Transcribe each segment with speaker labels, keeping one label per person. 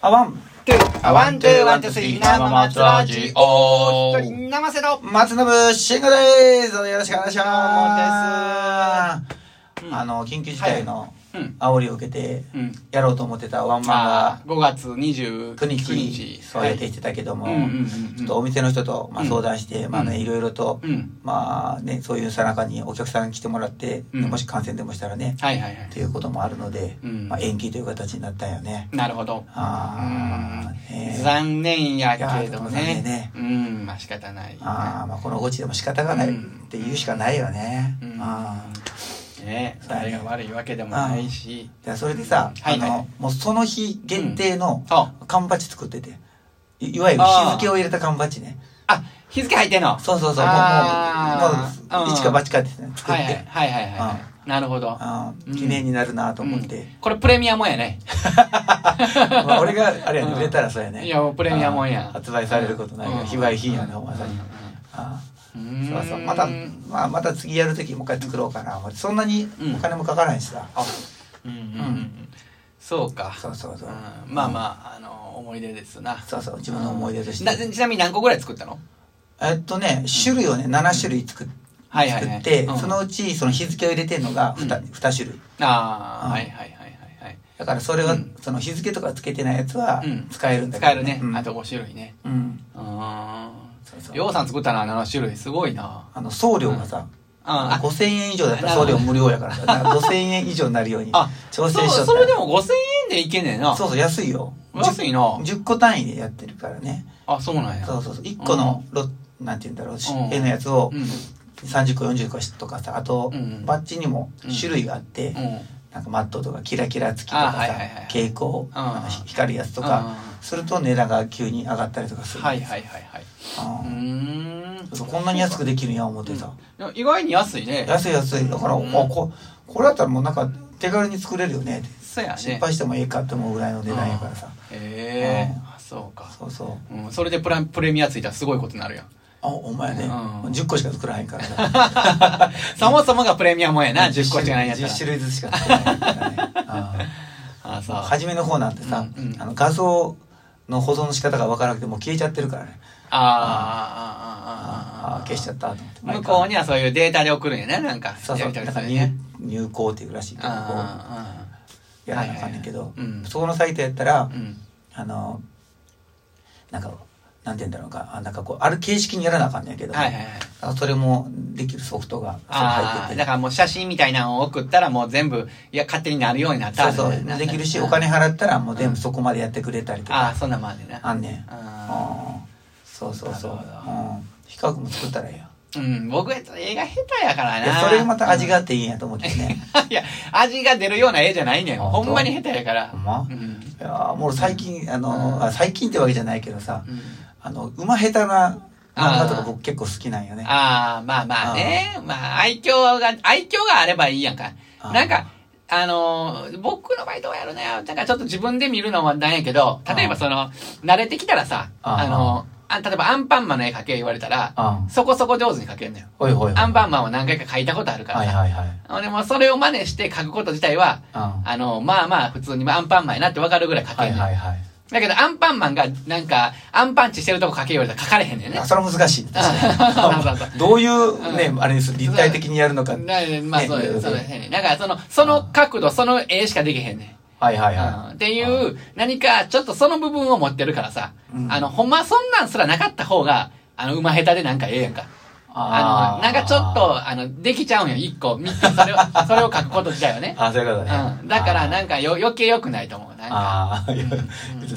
Speaker 1: あわん、
Speaker 2: あワン、ツー、ワン、ツー、スリー、生松ラジオ。
Speaker 1: お
Speaker 2: 一人生瀬の。
Speaker 1: 松信慎吾です。よろしくお願いします。
Speaker 2: うん
Speaker 1: あの、緊急事態の
Speaker 2: うん。
Speaker 1: 煽りを受けて、
Speaker 2: うん。
Speaker 1: やろうと思ってたワンマ
Speaker 2: まあ、5月29
Speaker 1: ンが9日、
Speaker 2: 日。
Speaker 1: そうやってしてたけども、
Speaker 2: はいうんうんうんうん
Speaker 1: ちょっとお店の人と、まあ、
Speaker 2: うん
Speaker 1: 相談して、まあね、
Speaker 2: うん
Speaker 1: いろいろと、
Speaker 2: うん。
Speaker 1: まあね、そういうさなかにお客さん来てもらって、
Speaker 2: うん
Speaker 1: もし感染でもしたらね、
Speaker 2: はいはいはい
Speaker 1: と。いうこともあるので、
Speaker 2: うん
Speaker 1: まあ、延期という形になったよね。
Speaker 2: なるほど。
Speaker 1: あー
Speaker 2: うん
Speaker 1: ね
Speaker 2: 残念やけど
Speaker 1: いやーでも残念
Speaker 2: ね
Speaker 1: ね。
Speaker 2: うん。まあ仕方ない。
Speaker 1: あーまあこのごちでも仕方がないって言うしかないよね。
Speaker 2: うん
Speaker 1: あー
Speaker 2: ねそれが悪いわけでもないし。
Speaker 1: でそれでさ、
Speaker 2: はいはい
Speaker 1: あのもうその日限定の
Speaker 2: あ、
Speaker 1: 缶バッジ作ってて、いいわゆる日付を入れた缶バッジね。
Speaker 2: あ、日付入ってんの
Speaker 1: そうそうそう、もう
Speaker 2: あー
Speaker 1: もうも
Speaker 2: うん
Speaker 1: う一か八かですね作っ
Speaker 2: はい
Speaker 1: て、
Speaker 2: はいはいはいはい。なるほど。
Speaker 1: あー
Speaker 2: うん
Speaker 1: 記念になるなと思っ
Speaker 2: うん
Speaker 1: て、
Speaker 2: これプレミアもんやね。
Speaker 1: まあ俺があれやね
Speaker 2: うん
Speaker 1: 売れたらそうやね。
Speaker 2: いや、もうプレミアもんや
Speaker 1: あー。発売されることないから、非売品やな、まさに。あー
Speaker 2: に
Speaker 1: そうそうまた、まあ、また次やる時もう一回作ろうかなそんなにお金もかからないしさ、
Speaker 2: あうんうんうんうんそうか
Speaker 1: そうそうそう、
Speaker 2: うんまあまああの思い出ですな
Speaker 1: そうそう自分の思い出として
Speaker 2: なちなみに何個ぐらい作ったの
Speaker 1: えっとね種類をね7種類作っ
Speaker 2: はいはい
Speaker 1: 作
Speaker 2: はい
Speaker 1: って、
Speaker 2: うん
Speaker 1: そのうちその日付を入れてるのが 2,、二種類
Speaker 2: ああ
Speaker 1: うん
Speaker 2: はいはいはいはい
Speaker 1: だからそれは、
Speaker 2: うん
Speaker 1: その日付とかつけてないやつは
Speaker 2: うん
Speaker 1: 使える
Speaker 2: は
Speaker 1: ん
Speaker 2: い
Speaker 1: だ
Speaker 2: 使
Speaker 1: け
Speaker 2: え
Speaker 1: ど、
Speaker 2: るね
Speaker 1: うん
Speaker 2: あと5種類ね
Speaker 1: うん
Speaker 2: うーん
Speaker 1: そうそう
Speaker 2: ようさん作ったな7種類すごいな
Speaker 1: あの送料がさ、
Speaker 2: あ
Speaker 1: 5000円以上だったら
Speaker 2: なるほ
Speaker 1: 送
Speaker 2: ど
Speaker 1: 料無料やから さだから5000円以上になるように
Speaker 2: あ
Speaker 1: 調整
Speaker 2: そ
Speaker 1: し
Speaker 2: う
Speaker 1: とった
Speaker 2: それでも5000円でいけねえな
Speaker 1: そうそう安いよ
Speaker 2: 安いな
Speaker 1: 10, 個単位でやってるからね
Speaker 2: あそうなんや
Speaker 1: そうそうそう1個のロッなんて言うんだろうし
Speaker 2: うん
Speaker 1: 絵のやつを
Speaker 2: うんうん
Speaker 1: 30個40個とかさあと
Speaker 2: うんうん
Speaker 1: バッジにも種類があって、なんかマットとかキラキラ付きとか
Speaker 2: あ
Speaker 1: さ、
Speaker 2: はいはいはい
Speaker 1: 蛍光、なんか光るやつとか、すると値段が急に上がったりとかす
Speaker 2: うん
Speaker 1: る、
Speaker 2: はいはいはいはいう
Speaker 1: うん
Speaker 2: ーん
Speaker 1: そうこんなに安くできるんや思ってさ、
Speaker 2: でも意外に安いね
Speaker 1: 安い安いだから、
Speaker 2: うん
Speaker 1: あここれだったらもうなんか手軽に作れるよねって
Speaker 2: そうやね
Speaker 1: 失敗してもええかって思うぐらいの値段やからさ、
Speaker 2: へえ
Speaker 1: うん
Speaker 2: あそうか
Speaker 1: そうそう
Speaker 2: うん、それでプランプレミアついたらすごいことになるやん
Speaker 1: あお前ね、
Speaker 2: うん
Speaker 1: 10個しか作らへんからさ
Speaker 2: そもそもがプレミアもんや な10個しかないやつ
Speaker 1: 10種類ずつしか作らへんから ねあ
Speaker 2: あそ
Speaker 1: ー
Speaker 2: う
Speaker 1: 初めの方なんてさ、
Speaker 2: うんうん
Speaker 1: あの画像の保存の仕方が分からなくてもう消えちゃってるからね
Speaker 2: ああああああ
Speaker 1: ああー消しちゃったと思って
Speaker 2: 向こうにはそういうデータで送るんやねなんか
Speaker 1: そうそ
Speaker 2: や
Speaker 1: う
Speaker 2: り
Speaker 1: なん
Speaker 2: 取り
Speaker 1: か
Speaker 2: される
Speaker 1: 入
Speaker 2: ね
Speaker 1: 入稿っていうらしいけどこう
Speaker 2: あ
Speaker 1: やらなあかんねんけど、
Speaker 2: はいはいはいうん
Speaker 1: そこのサイトやったら、
Speaker 2: あああうん
Speaker 1: あのなんかなんて言うんだろうかあなんかこうある形式にやらなあかんねんけど、
Speaker 2: はいはいはい
Speaker 1: あそれもできるソフトがそれ入
Speaker 2: あ
Speaker 1: っ
Speaker 2: あ
Speaker 1: て
Speaker 2: だ
Speaker 1: て
Speaker 2: からもう写真みたいなのを送ったらもう全部いや勝手になるようになった
Speaker 1: そうそうできるしお金払ったらもう全部そこまでやってくれたりと
Speaker 2: あ
Speaker 1: か、
Speaker 2: あそんなんもあんねんな
Speaker 1: あんねん、
Speaker 2: あ
Speaker 1: うんそうそうそう、う
Speaker 2: なるほ
Speaker 1: ん、比較も作ったらいいや
Speaker 2: ーうん僕やったら絵が下手やから
Speaker 1: んい
Speaker 2: な
Speaker 1: やそれまた味があっていいんやと思ってね
Speaker 2: いや、味が出るような絵じゃないねん。
Speaker 1: あ
Speaker 2: ほ
Speaker 1: 本
Speaker 2: ん
Speaker 1: 当
Speaker 2: まに下手やから。
Speaker 1: ほんま
Speaker 2: うん。
Speaker 1: いやーもう最近あの、
Speaker 2: うん
Speaker 1: あ最近ってわけじゃないけどさ、
Speaker 2: うん
Speaker 1: あの馬下手な漫画とか
Speaker 2: あー
Speaker 1: 僕結構好きなんよね
Speaker 2: ああ、まあまあね。まあ、愛嬌が、愛嬌があればいいやんか。
Speaker 1: あー
Speaker 2: なんか、あのー僕の場合どうやるのよ。だからちょっと自分で見るのはなんやけど、例えば
Speaker 1: あー
Speaker 2: その、慣れてきたらさ、
Speaker 1: あー
Speaker 2: あのーあ例えばアンパンマンの絵描け言われたら、
Speaker 1: あ
Speaker 2: そこそこ上手に描けるのよ。
Speaker 1: ほいほいほい
Speaker 2: アンパンマンは何回か描いたことあるから
Speaker 1: はい
Speaker 2: さ。
Speaker 1: はいはい
Speaker 2: 俺もそれを真似して描くこと自体は、
Speaker 1: あ
Speaker 2: あのーまあまあ普通にアンパンマンやなってわかるぐらい描け
Speaker 1: は
Speaker 2: る
Speaker 1: い
Speaker 2: のよ。
Speaker 1: はいはい
Speaker 2: だけど、アンパンマンが、なんか、アンパンチしてるとこ書け言われたら書かれへんねんね
Speaker 1: あ。それは難しいですね
Speaker 2: あそうそうそ
Speaker 1: どういうねあれです立体的にやるのかはい
Speaker 2: なまあ、そう
Speaker 1: ね
Speaker 2: です。そうですね。だから、その、その角度、その絵しかできへんねん。
Speaker 1: はいは
Speaker 2: うん
Speaker 1: い
Speaker 2: っていう、何か、ちょっとその部分を持ってるからさ、
Speaker 1: うん
Speaker 2: あの、ほんまそんなんすらなかった方が、あの、馬下手でなんかええやんか。あの、なんかちょっと、あの、できちゃうんよ、一個。見てそれを、 それを書くこと自体はね。
Speaker 1: あそういうことね
Speaker 2: うん。だから、
Speaker 1: あ
Speaker 2: なんかよ、余計良くないと思う。なんか、
Speaker 1: あーいや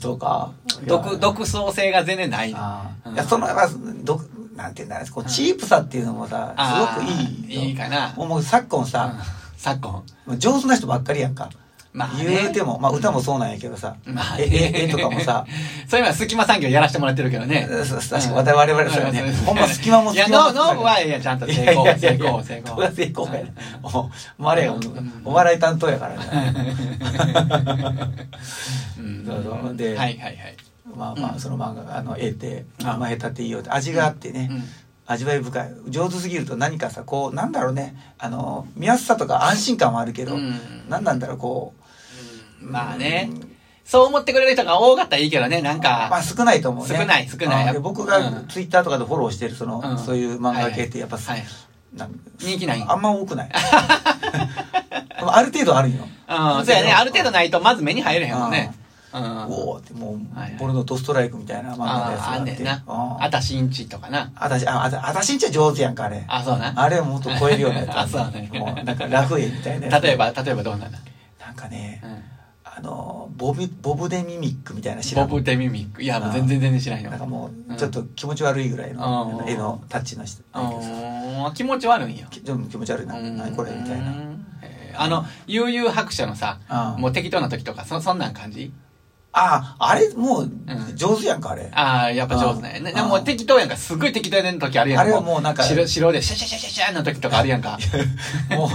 Speaker 1: そうか
Speaker 2: 独、
Speaker 1: ク
Speaker 2: 独創性が全然ないの。うん
Speaker 1: いやそのまあどなんていうんだろうこうチープさっていうのもさす
Speaker 2: あ
Speaker 1: ごく
Speaker 2: ー
Speaker 1: いいよ
Speaker 2: いいかな
Speaker 1: もう昨今
Speaker 2: うん
Speaker 1: さ
Speaker 2: 昨今。
Speaker 1: もう上手な人ばっかりやんか
Speaker 2: まあ、ね、
Speaker 1: 言うてもまあ歌もそうなんやけどさ
Speaker 2: まあ
Speaker 1: え
Speaker 2: ね
Speaker 1: え絵とかもさ
Speaker 2: そういえば隙間産業やらせてもらってるけどね。
Speaker 1: そうそう確かに我々そうやね
Speaker 2: ん
Speaker 1: ほんま隙間も
Speaker 2: いや、
Speaker 1: 隙間も
Speaker 2: ノーノーブはええやん、ちゃんと
Speaker 1: い
Speaker 2: 成
Speaker 1: やい
Speaker 2: 功、
Speaker 1: やい
Speaker 2: 成
Speaker 1: やいや
Speaker 2: 功、成
Speaker 1: どうが
Speaker 2: 功。
Speaker 1: 成功やね
Speaker 2: うん
Speaker 1: んおマレー
Speaker 2: う
Speaker 1: お
Speaker 2: ん
Speaker 1: お笑い担当やからね
Speaker 2: うん
Speaker 1: そうそうで
Speaker 2: はいはいはい。
Speaker 1: まあま
Speaker 2: う
Speaker 1: あ
Speaker 2: ん
Speaker 1: その漫画あの絵って
Speaker 2: うん
Speaker 1: あんま下手っていいよって味があってね、
Speaker 2: うん
Speaker 1: 味わい深い上手すぎると何かさこうなんだろうねあの見やすさとか安心感もあるけど、
Speaker 2: うん
Speaker 1: 何なんだろうこう
Speaker 2: まあね
Speaker 1: うん。
Speaker 2: そう思ってくれる人が多かったらいいけどね、なん
Speaker 1: まあ
Speaker 2: か、
Speaker 1: 少ないと思うね。
Speaker 2: 少ない少ない
Speaker 1: うんで僕
Speaker 2: う
Speaker 1: が
Speaker 2: ん
Speaker 1: ツイッターとかでフォローしてる、その、
Speaker 2: うん
Speaker 1: そういう漫画系ってやっぱ、
Speaker 2: はい。
Speaker 1: なん
Speaker 2: 人気ない
Speaker 1: あんま多く ない。ある程度あるんよ。
Speaker 2: うん、そうやね。ある程度ないと、まず目に入れへんもんね。うん。
Speaker 1: おおってもう
Speaker 2: はいはい、
Speaker 1: ボルノドストライクみたいな漫画のやつ
Speaker 2: あ
Speaker 1: が
Speaker 2: あ、あ
Speaker 1: あ
Speaker 2: ん
Speaker 1: っ
Speaker 2: ねん
Speaker 1: て。
Speaker 2: な。
Speaker 1: あ
Speaker 2: あたしんちとかな。
Speaker 1: あたし、あ、あたあたしんちゃ上手やんか、あれ。
Speaker 2: あ、そうな。
Speaker 1: あれをもっと超えるようなやつ。
Speaker 2: あそうね
Speaker 1: もうなんかラフ絵みたいなやつ。
Speaker 2: 例え。ば、例えばどうなんだ
Speaker 1: なんかね
Speaker 2: う、ん
Speaker 1: あの、ボブ、ボブデミミックみたいな知ら
Speaker 2: ボ
Speaker 1: ん
Speaker 2: ブデミミック。いや、もう全然全然知らんよ
Speaker 1: なん。かもう、ちょっと気持ち悪いぐらい
Speaker 2: うん
Speaker 1: の
Speaker 2: うん
Speaker 1: 絵のタッチの人。
Speaker 2: うーん、気持ち悪いんよ。
Speaker 1: きでも気持ち悪いな。何これみたいうな。
Speaker 2: ん。えーあの、悠々白書のさ、
Speaker 1: あ
Speaker 2: もう適当な時とか、そそんなん感じ
Speaker 1: あ、あれもう
Speaker 2: うん
Speaker 1: 上手やんか、あ れ。
Speaker 2: ああ、やっぱ上手ね。
Speaker 1: うん
Speaker 2: ねでも
Speaker 1: うん
Speaker 2: 適当やんか。すごい適当やん時あるやんか。
Speaker 1: あれはもうなんか
Speaker 2: 白、白でシャシャシャシャシャの時とかあるやんか。
Speaker 1: も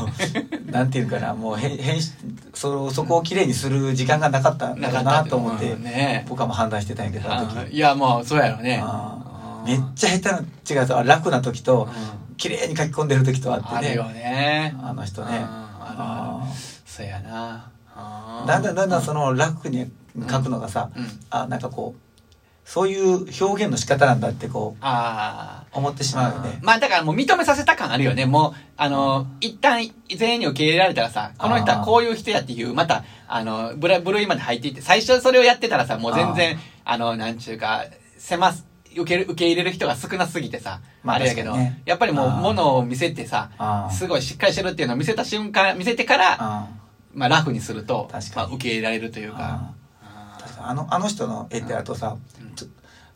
Speaker 1: う、なんていうかな、もう変、変し、そそこを綺麗にする時間がなかったんだろうなと思って
Speaker 2: う、んね
Speaker 1: 僕はもう判断してたんやけど、あの
Speaker 2: あ
Speaker 1: 時。
Speaker 2: いや、もうそうやろね。
Speaker 1: あ
Speaker 2: うん
Speaker 1: ーめっちゃ下手な、違うと、楽な時と、
Speaker 2: うん
Speaker 1: 綺麗に書き込んでる時とあ
Speaker 2: あ
Speaker 1: っ
Speaker 2: る
Speaker 1: て
Speaker 2: よ
Speaker 1: ね。
Speaker 2: ね。
Speaker 1: あの人ね。
Speaker 2: うんあるあ
Speaker 1: あ
Speaker 2: る。そうやな。
Speaker 1: ーだんだんだんだんそ
Speaker 2: の、
Speaker 1: の楽に書くのがさ、
Speaker 2: うん。
Speaker 1: あなんかこうそういう表現の仕方なんだってこ
Speaker 2: ああ。
Speaker 1: う思ってしまうよね、
Speaker 2: まあだからもう認めさせた感あるよね。もう、あの、一旦全員に受け入れられたらさ、この人はこういう人やっていう、また、あの、部類部類まで入っていって、最初それをやってたらさ、もう全然、あの、なんちゅうか、狭す、受ける、受け入れる人が少なすぎてさ、
Speaker 1: まあ
Speaker 2: あれやけど、
Speaker 1: 確かにね
Speaker 2: やっぱりもう
Speaker 1: あー
Speaker 2: 物を見せてさ、
Speaker 1: あー
Speaker 2: すごいしっかりしてるっていうのを見せた瞬間、見せてから、
Speaker 1: あ
Speaker 2: まあラフにすると、
Speaker 1: 確
Speaker 2: ま
Speaker 1: か
Speaker 2: あ
Speaker 1: に
Speaker 2: 受け入れられるというか
Speaker 1: あ。確かにあのあの人の絵ってあとさ、
Speaker 2: うん
Speaker 1: ちょ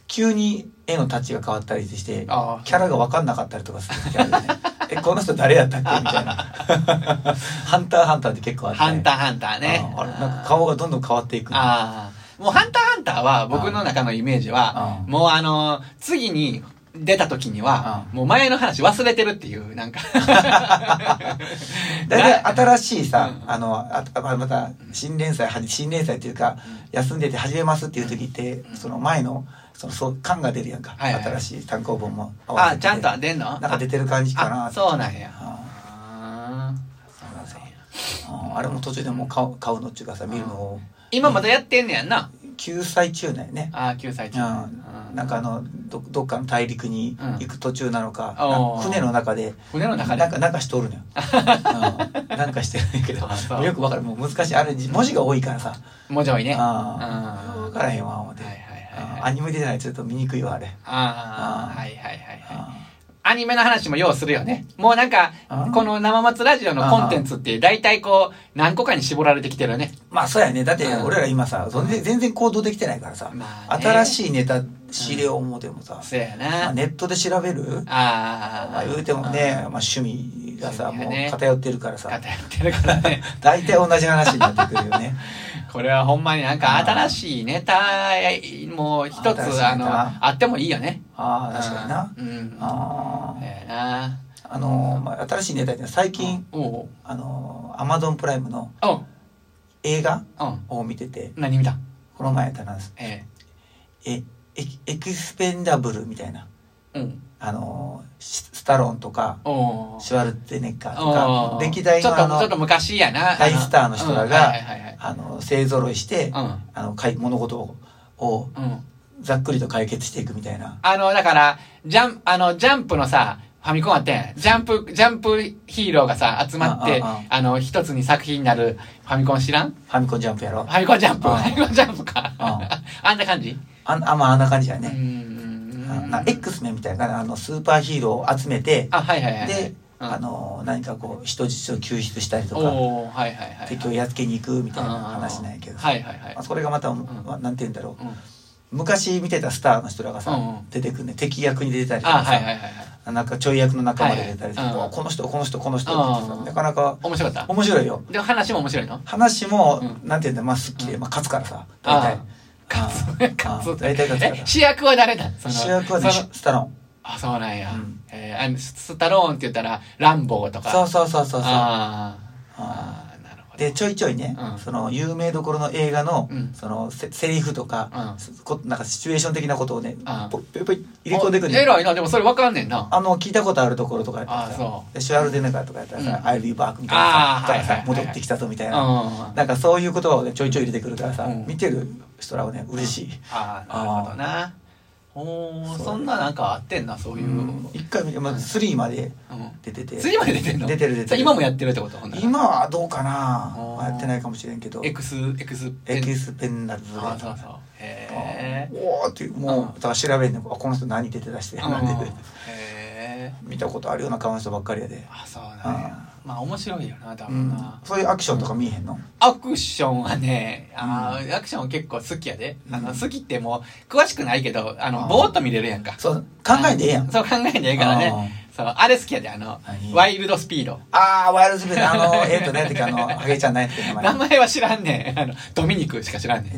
Speaker 1: 急に絵のタッチが変わったりして
Speaker 2: あー
Speaker 1: キャラが分かんなかったりとかする時あるよ ねえこの人誰やったっけみたいな「ハンターハンター」って結構あって
Speaker 2: ハンターハンターね。
Speaker 1: ああれなんか顔がどんどん変わっていく
Speaker 2: ああ。もう、ハンターハンターは、僕の中のイメージは、
Speaker 1: うん
Speaker 2: もうあのー次に出た時には、もう前の話忘れてるっていう、なんか。
Speaker 1: 大体新しいさ、
Speaker 2: うん
Speaker 1: あのああまあまた新連載はじ新連載というか、休んでて始めますっていう時って、
Speaker 2: ん
Speaker 1: その前のそのそう感が出るやんか、
Speaker 2: はいはいはい
Speaker 1: 新しい単行本も合わ
Speaker 2: あ
Speaker 1: せて
Speaker 2: ちゃんと出んの
Speaker 1: なんか出てる感じかな
Speaker 2: あ、そうなんや。
Speaker 1: あ
Speaker 2: あーそうなんや
Speaker 1: ああれも途中でもう買う買うのっていうかさ見るのを
Speaker 2: 今まだやってんねやんな。
Speaker 1: 救済中だよね、
Speaker 2: あー救済
Speaker 1: う
Speaker 2: 中。うん
Speaker 1: ん、なんかあのどどっかの大陸に行く途中なのか,、
Speaker 2: うん
Speaker 1: なん
Speaker 2: おー
Speaker 1: か船の中で
Speaker 2: 船の中で
Speaker 1: なん。かなんかしとる のよ、うん、なんかしてるんやけど
Speaker 2: あそう
Speaker 1: よくわかるもう難しいあれ文字が多いからさ
Speaker 2: もうちょいね。
Speaker 1: あ
Speaker 2: うん
Speaker 1: あ分からへんわ思って、
Speaker 2: はいはいはいはい
Speaker 1: あーアニメでないちょっと見にくいわあれ
Speaker 2: ああ、
Speaker 1: あー
Speaker 2: はいはいはいはい。
Speaker 1: あ
Speaker 2: アニメの話もようするよね。もうなんか
Speaker 1: あ、ー
Speaker 2: この生松ラジオのコンテンツって大体こう、何個かに絞られてきてるよね。
Speaker 1: ーまあそうやねだって
Speaker 2: うん
Speaker 1: 俺ら今さ全然全然行動できてないからさ、
Speaker 2: まあね
Speaker 1: 新しいネタ資料もでもさ、
Speaker 2: そうや
Speaker 1: ま
Speaker 2: な。
Speaker 1: あ、ネットで調べる
Speaker 2: あ
Speaker 1: まあ、言うてもね、まあ、趣味がさ
Speaker 2: 趣味が
Speaker 1: も
Speaker 2: ね
Speaker 1: う偏ってるから
Speaker 2: 偏
Speaker 1: さ
Speaker 2: ってるから ね。
Speaker 1: 大体同じ話になってくるよ ね
Speaker 2: これはほんまになんか新しいネタ、もう一
Speaker 1: 新しいネ
Speaker 2: つ、
Speaker 1: タ
Speaker 2: あの、あってもいいよね。
Speaker 1: ああ確かにな、
Speaker 2: うん。そ
Speaker 1: あ
Speaker 2: うやな。
Speaker 1: ああのーまあ、新しいネタって最近、
Speaker 2: おう
Speaker 1: あのアマゾンプライムの
Speaker 2: おう。
Speaker 1: 映画
Speaker 2: うん。
Speaker 1: を見てて
Speaker 2: 何見た
Speaker 1: この前やったな
Speaker 2: え
Speaker 1: えエキエクスペンダブルみたいな
Speaker 2: え。うん。
Speaker 1: あのシスタローンとか
Speaker 2: おう
Speaker 1: シュワルツェネッガーと
Speaker 2: お
Speaker 1: か
Speaker 2: う
Speaker 1: 歴代
Speaker 2: ちょっ
Speaker 1: のあ
Speaker 2: と、ちょっと
Speaker 1: の
Speaker 2: 昔やな。
Speaker 1: 大スターの人らが
Speaker 2: うんはいはいはい
Speaker 1: あの勢ぞろいして
Speaker 2: はい。
Speaker 1: あのかい物事をを
Speaker 2: うん。うん。
Speaker 1: ざっくりと解決していくみたいな
Speaker 2: あの、だから、ジャン、あの、ジャンプのさ、ファミコンあってん。ジャンプ、ジャンプヒーローがさ、集まって、
Speaker 1: あああ
Speaker 2: あの、一つに作品になるファミコン知らんフ
Speaker 1: ファミコンジャンプやろ
Speaker 2: ァミコンジャンプ。フ
Speaker 1: ああ
Speaker 2: ァミコンジャンプか。
Speaker 1: あ
Speaker 2: あんな感じ
Speaker 1: あんあ,、まあ、あんな感じや
Speaker 2: う
Speaker 1: ね、
Speaker 2: ん
Speaker 1: あな X メンみたいなあのスーパーヒーローを集めて
Speaker 2: あ、はいはいはいはい。
Speaker 1: で、
Speaker 2: うん
Speaker 1: あの何かこう人質を救出したりとか
Speaker 2: おおはいはいはい。
Speaker 1: 敵をやっつけに行くみたいな話なんやけどさ、
Speaker 2: はいはいはい
Speaker 1: まあ。それがまた、
Speaker 2: ん
Speaker 1: まあなんて言うんだろう
Speaker 2: うん
Speaker 1: 昔見てたスターの人らがさ、
Speaker 2: うんうん
Speaker 1: 出てくるね敵役に出てたりと
Speaker 2: あ、
Speaker 1: かさ、
Speaker 2: はいはいはいはい。
Speaker 1: なんかちょい役の仲間で出たりとか、
Speaker 2: はいはい
Speaker 1: わ
Speaker 2: うん
Speaker 1: この人この人この人って
Speaker 2: う
Speaker 1: さ
Speaker 2: ん
Speaker 1: なかなか
Speaker 2: 面白かっ
Speaker 1: 面白いよ
Speaker 2: た。で、話も面白いの
Speaker 1: 話も、
Speaker 2: う
Speaker 1: なんて言うんだまあすっきり、
Speaker 2: うん
Speaker 1: まあ、勝つからさ大体
Speaker 2: カツ
Speaker 1: うん、
Speaker 2: カツ
Speaker 1: うん。大体勝つか
Speaker 2: え、
Speaker 1: ら
Speaker 2: 主役は誰だその
Speaker 1: 主役は
Speaker 2: そ
Speaker 1: ね
Speaker 2: の
Speaker 1: スタロ
Speaker 2: あ、そうなんや。
Speaker 1: うん
Speaker 2: えーあのススタローンって言ったら、ランボーと
Speaker 1: ーン
Speaker 2: か。
Speaker 1: そうそうそうそうそう
Speaker 2: あー
Speaker 1: あ
Speaker 2: あーなるほ
Speaker 1: でちょいちょいね、
Speaker 2: うん
Speaker 1: その有名どころの映画の,、
Speaker 2: うん
Speaker 1: そのセセリフとか、こなんかシチュエーション的なことをね、
Speaker 2: あ
Speaker 1: ポッポイポイ入れ込んでくる
Speaker 2: ね
Speaker 1: ね
Speaker 2: 偉いなでもそれ分かんねんな
Speaker 1: あの聞いたことあるところとかやったら
Speaker 2: あそ
Speaker 1: さでシュワルデネッガーとかやったらさ「
Speaker 2: うん
Speaker 1: アイビーバーク」みたいなさ
Speaker 2: あー
Speaker 1: とかさ、
Speaker 2: はいはいはいは
Speaker 1: 戻
Speaker 2: い
Speaker 1: ってきたぞみた
Speaker 2: う
Speaker 1: い
Speaker 2: ん
Speaker 1: な、
Speaker 2: あ
Speaker 1: なんかそういう言葉をねちょいちょい入れてくるからさ、
Speaker 2: うん
Speaker 1: 見てる人らはね嬉しい、
Speaker 2: あなるほどなおー
Speaker 1: そう
Speaker 2: そんななんかあってんなそういう、うん
Speaker 1: 一回見て、まあ、3まで出てて、
Speaker 2: 次まで出てんの
Speaker 1: 出てる出てる
Speaker 2: それ今もやってるってことほんなら
Speaker 1: 今はどうかな
Speaker 2: おー
Speaker 1: やってないかもしれんけど
Speaker 2: エクスエクス
Speaker 1: エキスペンダルズ
Speaker 2: あそうそうへえ
Speaker 1: おおっていうもう、
Speaker 2: うん
Speaker 1: だから調べんねんあこの人何出て出して、なんで
Speaker 2: へえ
Speaker 1: 見たことあるような顔の人ばっかりやで、
Speaker 2: あそうなんやまあ面白いよな多
Speaker 1: う
Speaker 2: 分
Speaker 1: ん
Speaker 2: な、
Speaker 1: そういうアクションとか見えへんの、
Speaker 2: アクションはね、あー
Speaker 1: う
Speaker 2: アクションは結構好きやで。あの、
Speaker 1: うん
Speaker 2: 好きってもう、詳しくないけど、あの、
Speaker 1: あー
Speaker 2: ぼーっと見れるやんか。
Speaker 1: そう考えてええやん
Speaker 2: そう考えてええからね。そう、あれ好きやで、あの
Speaker 1: 何、
Speaker 2: ワイルドスピード。
Speaker 1: ああーワイルドスピードあの えっとねってかあのハゲちゃんないって名前
Speaker 2: 名前は知らんねん。あの、 ドミニクしか知らんねん。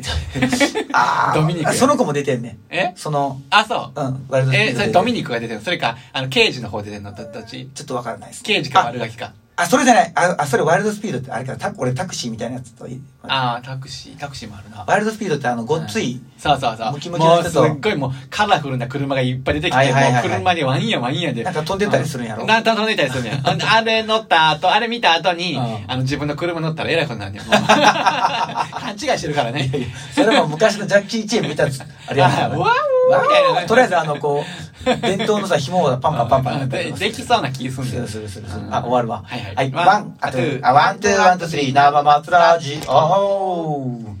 Speaker 1: あー
Speaker 2: ドミニクや
Speaker 1: あその子も出てんねん
Speaker 2: え
Speaker 1: その
Speaker 2: あ、そう
Speaker 1: う。んワイルドスピード
Speaker 2: え、
Speaker 1: で
Speaker 2: それドミニクが出てるのそれか、あの、刑事の方出てるのどどっち
Speaker 1: ちょっとわからないです
Speaker 2: 刑事か悪ガキか。
Speaker 1: あそれじゃないああそれワイルドスピードってあれかタ俺タクシーみたいなやつと
Speaker 2: ああ、タクシー、タクシーもあるな。
Speaker 1: ワイルドスピードってあのごっつい、
Speaker 2: そうそうそう。
Speaker 1: ムキムキの
Speaker 2: もう
Speaker 1: 人
Speaker 2: す
Speaker 1: と
Speaker 2: っごいもうカラフルな車がいっぱい出てきて、
Speaker 1: はいはいはいはい
Speaker 2: もう車でワンやワンやで。
Speaker 1: なんか飛んでったりするんやろ
Speaker 2: うなんか飛んでたりす るんや。あのあれ乗った後、あれ見た後に、
Speaker 1: うん
Speaker 2: あの自分の車乗ったらえらいことなんね んもう勘違いしてるからね。
Speaker 1: それも昔のジャッキー・チェン見たやつあれやん
Speaker 2: あわー
Speaker 1: わー
Speaker 2: みたいなね
Speaker 1: とりあえずあのこう伝統のさ紐をパンパンパンパンやったり
Speaker 2: で
Speaker 1: とか
Speaker 2: できそうな気すんね
Speaker 1: す
Speaker 2: ん
Speaker 1: るするするする
Speaker 2: うん
Speaker 1: あ終わるわ
Speaker 2: はいはい
Speaker 1: ワンあとあワンツーワンツースリー生松ラジおお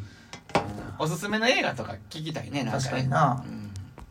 Speaker 2: おすすめの映画とか聞きたいね、なん
Speaker 1: 確
Speaker 2: か
Speaker 1: かに
Speaker 2: ね。
Speaker 1: な
Speaker 2: うん